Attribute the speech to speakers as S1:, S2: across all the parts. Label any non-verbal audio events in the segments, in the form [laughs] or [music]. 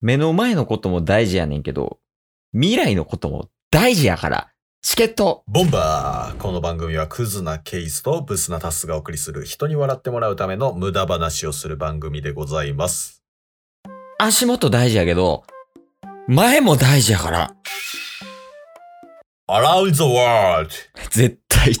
S1: 目の前のことも大事やねんけど、未来のことも大事やから、チケット
S2: ボンバーこの番組はクズなケイスとブスなタスがお送りする人に笑ってもらうための無駄話をする番組でございます。
S1: 足元大事やけど、前も大事やから、
S2: Around the world! [laughs]
S1: 絶対違う。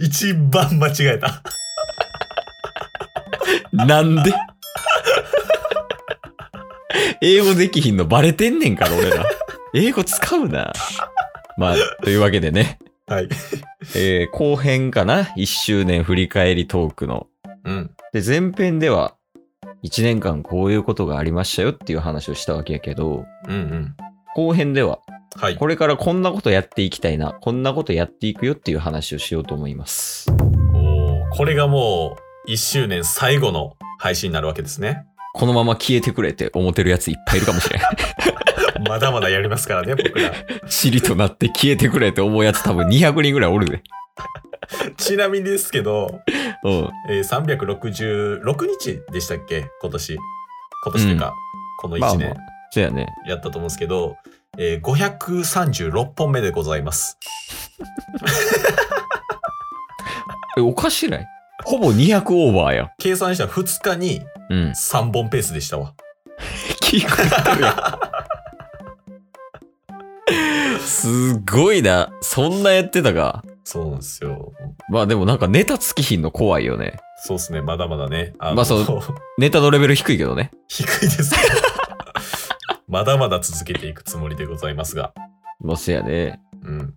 S2: 一番間違えた。
S1: なんで英語できひんのバレてんねんから、俺ら。英語使うな。まあ、というわけでね、
S2: はい。
S1: えー後編かな ?1 周年振り返りトークの。
S2: うん。
S1: で、前編では、1年間こういうことがありましたよっていう話をしたわけやけど、
S2: うんうん。
S1: 後編では、
S2: はい。
S1: これからこんなことやっていきたいな、こんなことやっていくよっていう話をしようと思います。
S2: おーこれがもう1周年最後の配信になるわけですね。
S1: このまま消えてくれって思ってるやついっぱいいるかも [laughs] しれん。
S2: まだまだやりますから
S1: [laughs]
S2: ね、僕ら。
S1: チリとなって消えてくれって思うやつ多分200人ぐらいおるで。
S2: ちなみにですけど、
S1: うん。
S2: えー366日でしたっけ今年。今年というか、この
S1: まあ
S2: 1
S1: まあ
S2: 年、
S1: そうやね。
S2: やったと思うんですけど、えー536本目でございます。
S1: え、おかしないほぼ200オーバーや。
S2: 計算したら2日に
S1: うん。
S2: 3本ペースでしたわ。
S1: 気狂ってるやん。 [laughs] すごいな。そんなやってたか。
S2: そうなんですよ。
S1: まあでもなんかネタつきひんの怖いよね。
S2: そうですね、まだまだね。あの
S1: まあそうネタのレベル低いけどね。
S2: [laughs] 低いですけど [laughs] まだまだ続けていくつもりでございますが。
S1: まあせやね。
S2: うん。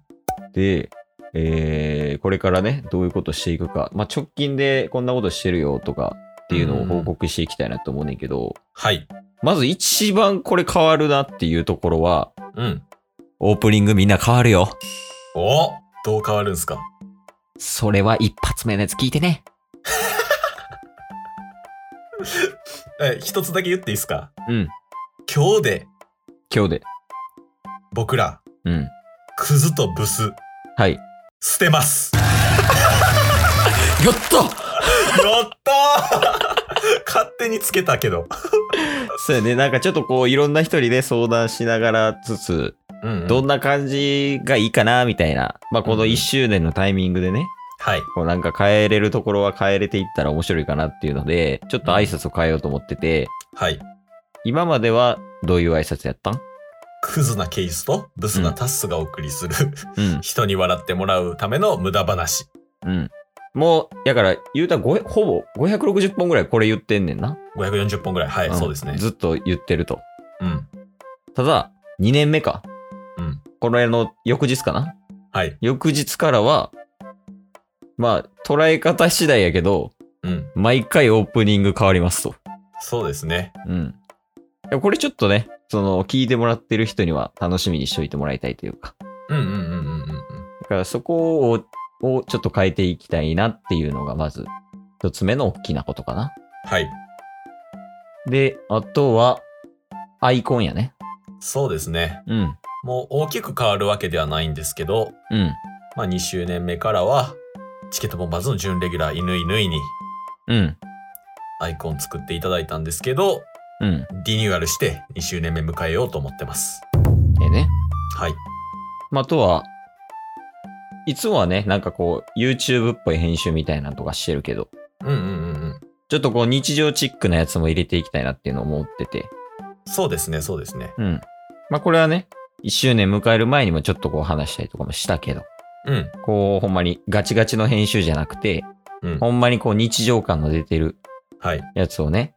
S1: で、えー、これからね、どういうことしていくか。まあ直近でこんなことしてるよとかっていうのを報告していきたいなと思うねんけど、
S2: はい。
S1: まず一番これ変わるなっていうところは、
S2: うん。
S1: オープニングみんな変わるよ。
S2: おどう変わるんすか
S1: それは一発目のやつ聞いてね。
S2: え、一つだけ言っていいですか
S1: うん。
S2: 今日で
S1: 今日で。
S2: 僕ら、
S1: うん。
S2: クズとブス、
S1: はい。や
S2: 捨てます。 [laughs] や
S1: った
S2: ったー [laughs] 勝手につけたけど。
S1: そうやね。なんかちょっとこう、いろんな人にね、相談しながらつつ、
S2: うん、
S1: どんな感じがいいかな、みたいな。まあ、この
S2: うん
S1: 1周年のタイミングでね、
S2: はい。
S1: こうなんか変えれるところは変えれていったら面白いかなっていうので、ちょっと挨拶を変えようと思ってて、
S2: はい。
S1: 今まではどういう挨拶やったん
S2: クズなケースとブスなタッスがお送りする、 [laughs]
S1: うん。
S2: 人に笑ってもらうための無駄話。
S1: うん。もう、やから、言うたらごほぼ560本ぐらいこれ言ってんねんな。
S2: 540本ぐらい。はい、
S1: ん
S2: そうですね。
S1: ずっと言ってると。
S2: うん。
S1: ただ、2年目か。
S2: うん。
S1: これの翌日かな
S2: はい。
S1: 翌日からは、まあ、捉え方次第やけど、
S2: うん。
S1: 毎回オープニング変わりますと。
S2: そうですね。
S1: うん。いやこれちょっとね、その、聞いてもらってる人には楽しみにしといてもらいたいというか。
S2: うんうんうんうんうん
S1: だからそこを、をちょっと変えていきたいなっていうのが、まず、一つ目の大きなことかな。
S2: うん。はい。
S1: で、あとは、アイコンやね。
S2: そうですね。
S1: うん。
S2: もう大きく変わるわけではないんですけど、
S1: うん。
S2: まあ2周年目からは、チケットボンバーズの準レギュラー、犬犬に
S1: うん。
S2: アイコン作っていただいたんですけど、
S1: うん。
S2: リニューアルして2周年目迎えようと思ってます。
S1: ええね。
S2: はい。
S1: まあ、あとは、いつもはね、なんかこう、YouTube っぽい編集みたいなのとかしてるけど、
S2: うんうんうん
S1: ちょっとこう、日常チックなやつも入れていきたいなっていうのを思ってて。
S2: うん。そうですね、そうですね。
S1: うん。まあ、これはね、1周年迎える前にもちょっとこう話したりとかもしたけど、
S2: うん。
S1: こう、ほんまにガチガチの編集じゃなくて、
S2: うん。
S1: ほんまにこう、日常感の出てる
S2: はい。
S1: やつをね、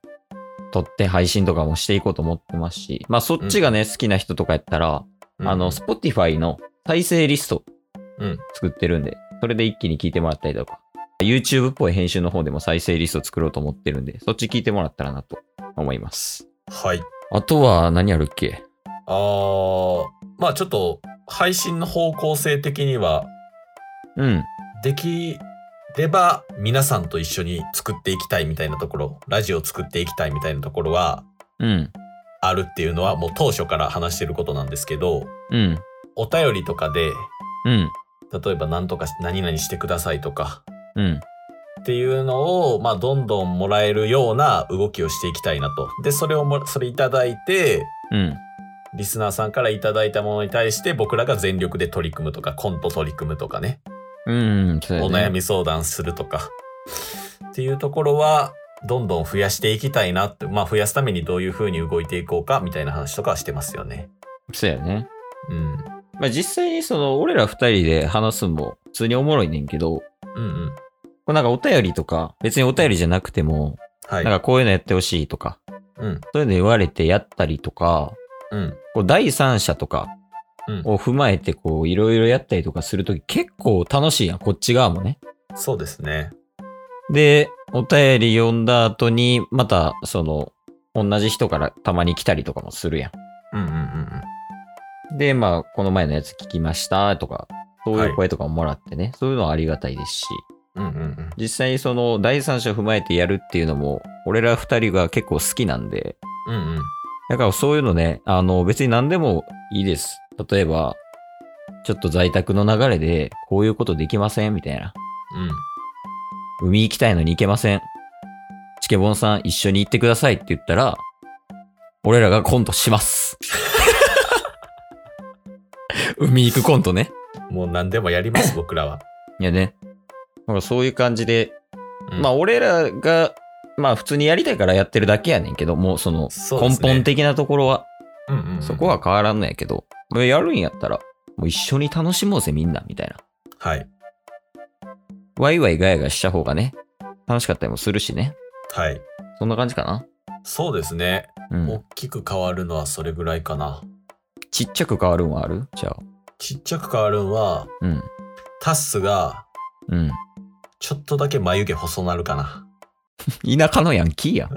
S1: 撮って配信とかもしていこうと思ってますし、まあ、そっちがね、好きな人とかやったら、あの、
S2: うん
S1: Spotify の再生リスト
S2: うん
S1: 作ってるんで、それで一気に聞いてもらったりとか、YouTube っぽい編集の方でも再生リスト作ろうと思ってるんで、そっち聞いてもらったらなと思います。
S2: はい。
S1: あとは何やるっけ
S2: あー、まあちょっと、配信の方向性的には、
S1: うん。
S2: できれば皆さんと一緒に作っていきたいみたいなところ、ラジオ作っていきたいみたいなところは
S1: うん。
S2: あるっていうのはもう当初から話してることなんですけど、
S1: うん。
S2: お便りとかで、
S1: うん。
S2: 例えば何とかし何々してくださいとか、
S1: うん。
S2: っていうのを、まあ、どんどんもらえるような動きをしていきたいなと。で、それをもら、それいただいて、
S1: うん。
S2: リスナーさんからいただいたものに対して僕らが全力で取り組むとか、コント取り組むとかね、
S1: うん、そうや
S2: お
S1: ね
S2: 悩み相談するとか、っていうところは、どんどん増やしていきたいなって、まあ増やすためにどういう風に動いていこうかみたいな話とかはしてますよね。
S1: そうやね。
S2: うん。
S1: まあ実際にその、俺ら二人で話すのも普通におもろいねんけど、
S2: うんうん。
S1: こうなんかお便りとか、別にお便りじゃなくても、
S2: はい。
S1: なんかこういうのやってほしいとか、
S2: うん。
S1: そういうの言われてやったりとか、
S2: うん。
S1: こう第三者とか
S2: うん
S1: を踏まえてこういろいろやったりとかするとき結構楽しいやん、こっち側もね。
S2: そうですね。
S1: で、お便り読んだ後に、またその、同じ人からたまに来たりとかもするや
S2: うんうんうんうん。
S1: ん。で、まあ、この前のやつ聞きましたとか、そういう声とかももらってね、そういうのはありがたいですし、
S2: うんうんうん。
S1: 実際にその第三者を踏まえてやるっていうのも、俺ら二人が結構好きなんで、
S2: うんうん。
S1: だからそういうのね、あの別に何でもいいです。例えば、ちょっと在宅の流れでこういうことできませんみたいな。
S2: うん。
S1: 海行きたいのに行けません。チケボンさん一緒に行ってくださいって言ったら、俺らがコントします。海行くコントね。
S2: もう何でもやり
S1: [laughs]
S2: ます、僕らは。
S1: いやね。なんかそういう感じで、
S2: うん
S1: まあ俺らが、まあ普通にやりたいからやってるだけやねんけど、もうその
S2: そうで
S1: 根
S2: すね
S1: 本的なところは、
S2: うんうんうん
S1: そこは。変わらんのやけど、まあやるんやったら、もう一緒に楽しもうぜみんな、みたいな。
S2: はい。
S1: ワイワイガヤガヤした方がね、楽しかったりもするしね。
S2: はい。
S1: そんな感じかな。
S2: そうですね。
S1: うん。
S2: 大きく変わるのはそれぐらいかな。
S1: ちっちゃく変わるんはあるじゃあ。
S2: ちっちゃく変わるんは、
S1: うん。
S2: タッスが、
S1: うん。
S2: ちょっとだけ眉毛細なるかな。
S1: 田舎のヤンキーやん。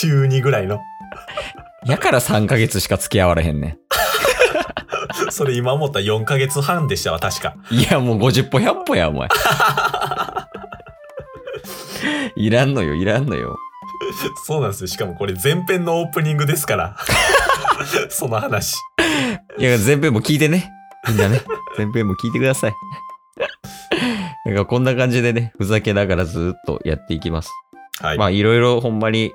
S2: 中2ぐらいの。
S1: やから3ヶ月しか付き合われへんね
S2: それ今思った4ヶ月半でしたわ、確か。
S1: ん。いや、もう50歩100歩や、お [laughs] 前。いらんのよ、いらんのよ。
S2: そうなんですよ。しかもこれ前編のオープニングですから。 [laughs] その話。
S1: いや、全編も聞いてね。みんなね。全編も聞いてください。なんかこんな感じでね、ふざけながらずーっとやっていきます。
S2: はい。
S1: まあいろいろほんまに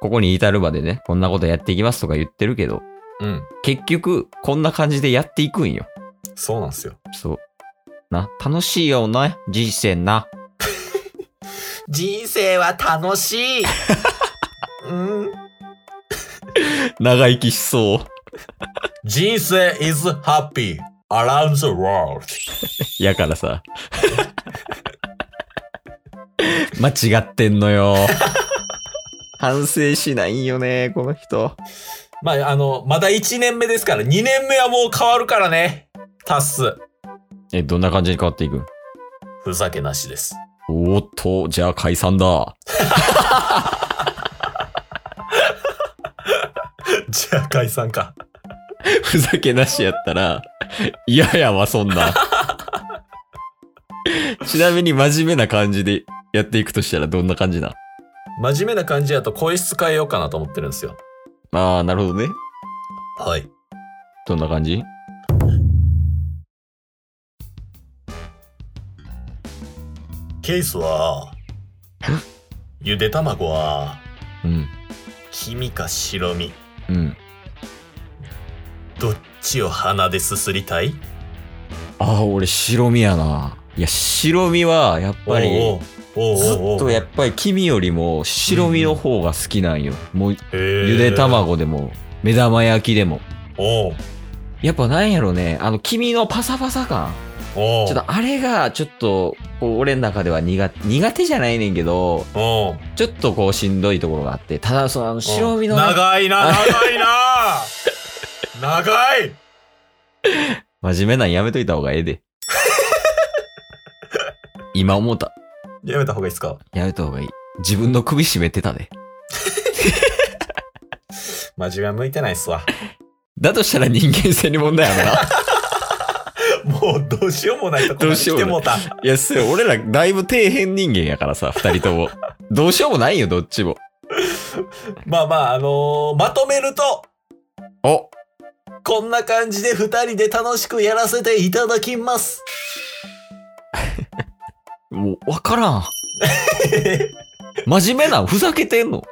S1: ここに至るまでね、こんなことやっていきますとか言ってるけど、
S2: うん。
S1: 結局こんな感じでやっていくんよ。
S2: そうなんですよ。
S1: そう。な、楽しいよな、人生な。
S2: 人生は楽しい。うん。
S1: 長生きしそう。
S2: 人生 is happy around the world.
S1: やからさ。 [laughs] 間違ってんのよ。 [laughs] 反省しないんよね、この人。
S2: まあ、あの、まだ1年目ですから、2年目はもう変わるからね。タス。
S1: え、どんな感じに変わっていくん
S2: ふざけなしです。
S1: おーっと、じゃあ解散だ。
S2: じゃあ解散か。
S1: ふざけなしやったら、嫌やわ、そんな。 [laughs] ちなみに真面目な感じでやっていくとしたらどんな感じな
S2: 真面目な感じだと声質変えようかなと思ってるんですよ。
S1: ああ、なるほどね。
S2: はい。
S1: どんな感じ
S2: ケースは、ゆで卵は、
S1: うん。
S2: 黄身か白身。
S1: うん。
S2: どっちを鼻ですすりたい
S1: ああ、俺白身やな。いや、白身はやっぱり、
S2: おうおう
S1: ず
S2: おうおう
S1: っとやっぱり黄身よりも白身の方が好きなんよ。もう、ゆ
S2: ゆ
S1: で。卵でも、目玉焼きでも。
S2: おう
S1: やっぱなんやろね、あの黄身のパサパサ感。
S2: おう
S1: ちょっとあれが、ちょっと、こう俺の中では苦手、苦手じゃないねんけど、
S2: おう
S1: ちょっとこうしんどいところがあって、ただそのあの白身の、ね、
S2: 長
S1: [laughs]
S2: いな、長いな長い
S1: 真面目なんやめといた方がええで。 [laughs] 今思った。
S2: やめた方がいいですか
S1: やめた方がいい。自分の首絞めてたで。
S2: 真面目は向いてないっすわ。
S1: だとしたら人間性に問題あるな。
S2: もうどうしようもないとこまで来てもうた。
S1: いや、それ俺らだいぶ底辺人間やからさ、二人とも。どうしようもないよ、どっちも。
S2: まあまあ、あのーまとめると、
S1: お
S2: こんな感じで二人で楽しくやらせていただきます。
S1: もう、わからん。真面目なんふざけてんの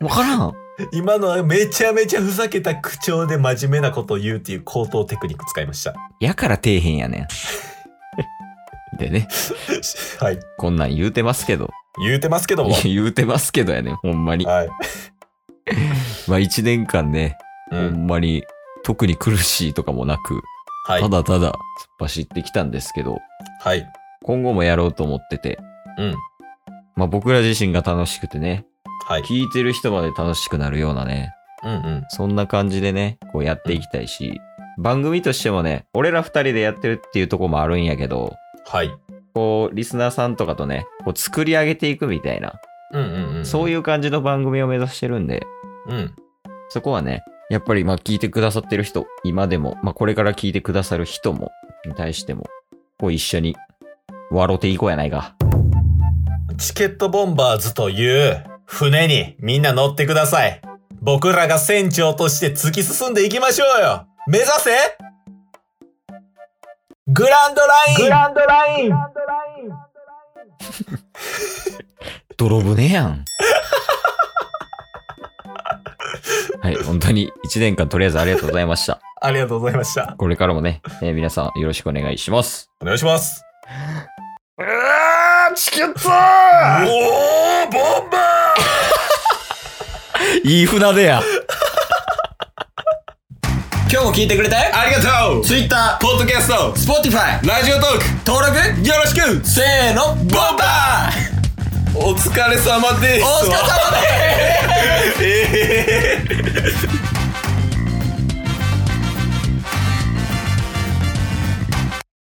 S1: わからん。
S2: [laughs] 今のはめちゃめちゃふざけた口調で真面目なことを言うっていう口頭テクニック使いました。 [laughs]
S1: やから底辺やねん。でね、
S2: はい。
S1: こんなん言うてますけど。
S2: 言うてますけども。
S1: 言うてますけどやねん、ほんまに。
S2: はい。
S1: まあ一年間ね、
S2: う
S1: ほ
S2: ん。
S1: んまに特に苦しいとかもなく、
S2: はい
S1: た。だただ突っ走ってきたんですけど、
S2: はい。
S1: 今後もやろうと思ってて、
S2: うん。
S1: まあ僕ら自身が楽しくてね、
S2: はい。
S1: 聞いてる人まで楽しくなるようなね、
S2: うんうん。
S1: そんな感じでね、こうやっていきたいし、番組としてもね、俺ら二人でやってるっていうとこもあるんやけど、
S2: はい。
S1: こう、リスナーさんとかとね、こう作り上げていくみたいな、
S2: うんうんうん。
S1: そういう感じの番組を目指してるんで、
S2: うん。
S1: そこはね、やっぱりまあ聞いてくださってる人、今でも、まあこれから聞いてくださる人も、に対しても、こう一緒に笑っていこうやないか。
S2: チケットボンバーズという船にみんな乗ってください。僕らが船長として突き進んでいきましょうよ目指せグランドライングランドライン
S1: 泥船やん。 [laughs] はい、本当に1年間とりあえずありがとうございました。
S2: ありがとうございました。
S1: これからもね、えー皆さんよろしくお願いします。
S2: お願いします。
S1: うわチケット
S2: おーボンバ
S1: いい船でや
S2: ー今日も聞いてくれてありがとう Twitter、ポッドキャスト、Spotify、ラジオトーク、登録よろしくせーの、ボンバーお疲れ様ですお疲れ様ですえー